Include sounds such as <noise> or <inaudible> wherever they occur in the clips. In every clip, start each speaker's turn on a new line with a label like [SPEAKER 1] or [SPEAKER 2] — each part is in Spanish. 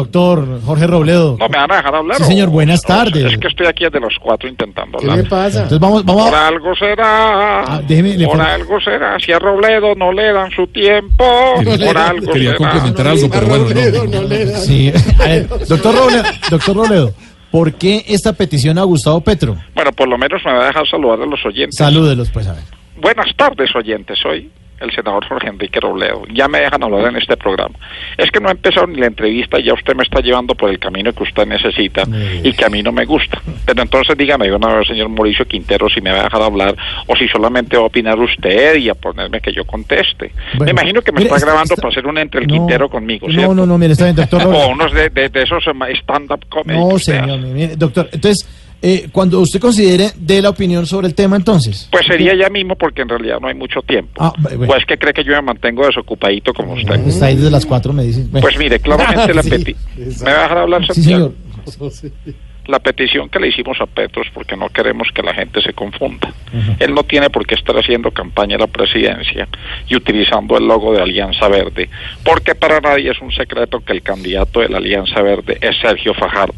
[SPEAKER 1] Doctor Jorge Robledo.
[SPEAKER 2] No me van a dejar hablar.
[SPEAKER 1] Sí, señor,
[SPEAKER 2] o-
[SPEAKER 1] buenas
[SPEAKER 2] o-
[SPEAKER 1] tardes.
[SPEAKER 2] Es que estoy aquí desde los cuatro intentando
[SPEAKER 3] ¿Qué le
[SPEAKER 2] hablar.
[SPEAKER 3] pasa?
[SPEAKER 1] Entonces vamos, vamos
[SPEAKER 2] Por
[SPEAKER 1] a...
[SPEAKER 2] algo será.
[SPEAKER 1] Ah, déjeme, le
[SPEAKER 2] por
[SPEAKER 1] pongo-
[SPEAKER 2] algo será. Si a Robledo no le dan su tiempo.
[SPEAKER 3] le
[SPEAKER 2] Por
[SPEAKER 3] dan-
[SPEAKER 2] algo
[SPEAKER 4] quería
[SPEAKER 2] será.
[SPEAKER 4] complementar algo, pero bueno, Ah, no.
[SPEAKER 1] Sí. A ver, doctor Robledo, doctor Robledo, ¿por qué esta petición a Gustavo Petro?
[SPEAKER 2] Bueno, por lo menos me va a dejar saludar a los oyentes.
[SPEAKER 1] Salúdelos, pues, a ver.
[SPEAKER 2] Buenas tardes, oyentes. Soy el senador Jorge Enrique Robledo. Ya me dejan hablar en este programa. Es que no he empezado ni la entrevista y ya usted me está llevando por el camino que usted necesita
[SPEAKER 1] Mm.
[SPEAKER 2] y que a mí no me gusta. Pero entonces dígame de una vez, señor Mauricio Quintero, si me va a dejar hablar o si solamente va a opinar usted y a ponerme que yo conteste. me
[SPEAKER 1] Bueno,
[SPEAKER 2] imagino que me
[SPEAKER 1] mire,
[SPEAKER 2] está,
[SPEAKER 1] está-
[SPEAKER 2] grabando
[SPEAKER 1] está-
[SPEAKER 2] para hacer un entre el
[SPEAKER 1] No,
[SPEAKER 2] Quintero conmigo,
[SPEAKER 1] No,
[SPEAKER 2] ¿cierto?
[SPEAKER 1] no, no, mire, está bien, doctor
[SPEAKER 2] <laughs> o
[SPEAKER 1] Robledo.
[SPEAKER 2] unos de, de- de esos em, stand-up comedy. que
[SPEAKER 1] No,
[SPEAKER 2] usted hace.
[SPEAKER 1] señor, mire, doctor. Entonces, eh, cuando usted considere, dé la opinión sobre el tema, entonces.
[SPEAKER 2] Pues sería ya mismo porque en realidad no hay mucho tiempo.
[SPEAKER 1] Ah, bueno.
[SPEAKER 2] Pues que cree que yo me mantengo desocupadito como usted.
[SPEAKER 1] Está ahí desde las cuatro, me dice. Bueno.
[SPEAKER 2] Pues mire,
[SPEAKER 1] <laughs>
[SPEAKER 2] claramente la
[SPEAKER 1] Sí,
[SPEAKER 2] peti-
[SPEAKER 3] exacto.
[SPEAKER 2] ¿Me va a dejar hablar,
[SPEAKER 1] Sí,
[SPEAKER 2] Santiago?
[SPEAKER 1] señor.
[SPEAKER 2] La petición que le hicimos a Petros porque no queremos que la gente se confunda. Él no tiene por qué estar haciendo campaña a la presidencia y utilizando el logo de Alianza Verde, porque para nadie es un secreto que el candidato de la Alianza Verde es Sergio Fajardo.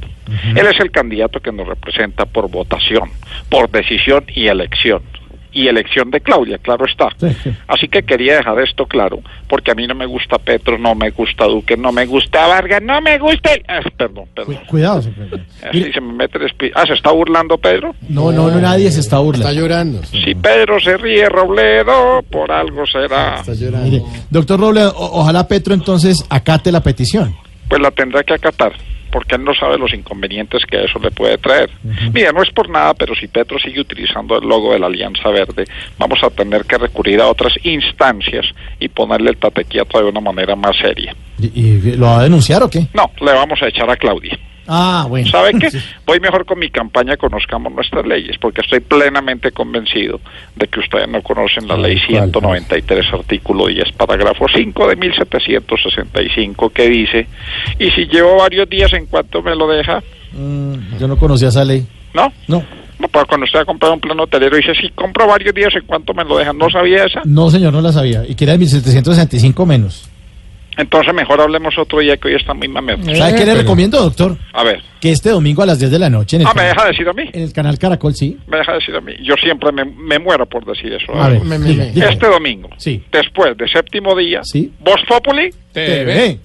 [SPEAKER 2] Él es el candidato que nos representa por votación, por decisión y elección. Y elección de Claudia, claro está.
[SPEAKER 1] Sí, sí.
[SPEAKER 2] Así que quería dejar esto claro, porque a mí no me gusta Petro, no me gusta Duque, no me gusta Vargas, no me gusta... el- Ah, perdón, perdón.
[SPEAKER 1] Cu- Cuidado, señor. Robledo.
[SPEAKER 2] Así
[SPEAKER 1] Mire,
[SPEAKER 2] se me mete el espi- Ah, ¿se está burlando Pedro?
[SPEAKER 1] no, no, no, nadie se está
[SPEAKER 3] Está
[SPEAKER 1] burlando.
[SPEAKER 3] llorando.
[SPEAKER 2] Si Pedro se ríe, Robledo, por algo será.
[SPEAKER 3] Está llorando.
[SPEAKER 1] Mire, doctor Robledo, o- ojalá Petro entonces acate la petición.
[SPEAKER 2] Pues la tendrá que acatar, porque él no sabe los inconvenientes que eso le puede traer. Mira, no es por nada, pero si Petro sigue utilizando el logo de la Alianza Verde, vamos a tener que recurrir a otras instancias y ponerle el tatequiato de una manera más seria.
[SPEAKER 1] ¿Y, y lo va a denunciar o qué?
[SPEAKER 2] No, le vamos a echar a Claudia.
[SPEAKER 1] Ah, <laughs> bueno.
[SPEAKER 2] ¿Sabe qué? Voy mejor con mi campaña Conozcamos Nuestras Leyes, porque estoy plenamente convencido de que ustedes no conocen la ley 193, artículo 10, parágrafo 5 de 1765, que dice, y si llevo varios días, ¿en cuánto me lo deja?
[SPEAKER 1] Mm, yo no conocía esa ley.
[SPEAKER 2] ¿No?
[SPEAKER 1] No,
[SPEAKER 2] No, pero cuando usted ha comprado un plan hotelero, dice, si compro varios días, ¿en cuánto me lo dejan? ¿No sabía esa?
[SPEAKER 1] no, señor, no la sabía. Y que era de 1765 menos.
[SPEAKER 2] Entonces mejor hablemos otro día que hoy está muy mamero.
[SPEAKER 1] ¿Sabe qué le
[SPEAKER 4] pero-
[SPEAKER 1] recomiendo, doctor?
[SPEAKER 2] A ver.
[SPEAKER 1] Que este domingo a las 10 de la noche en el,
[SPEAKER 2] Ah, ¿me
[SPEAKER 1] canal,
[SPEAKER 2] deja decir a mí?
[SPEAKER 1] en el canal Caracol, sí.
[SPEAKER 2] ¿Me deja decir a mí? Yo siempre me, me muero por decir eso. ¿eh?
[SPEAKER 1] A ver,
[SPEAKER 3] Me- me-
[SPEAKER 1] diga,
[SPEAKER 3] me-
[SPEAKER 1] diga.
[SPEAKER 2] Este domingo,
[SPEAKER 1] Sí.
[SPEAKER 2] después de séptimo día,
[SPEAKER 1] Sí.
[SPEAKER 2] Voz Populi,
[SPEAKER 1] TV.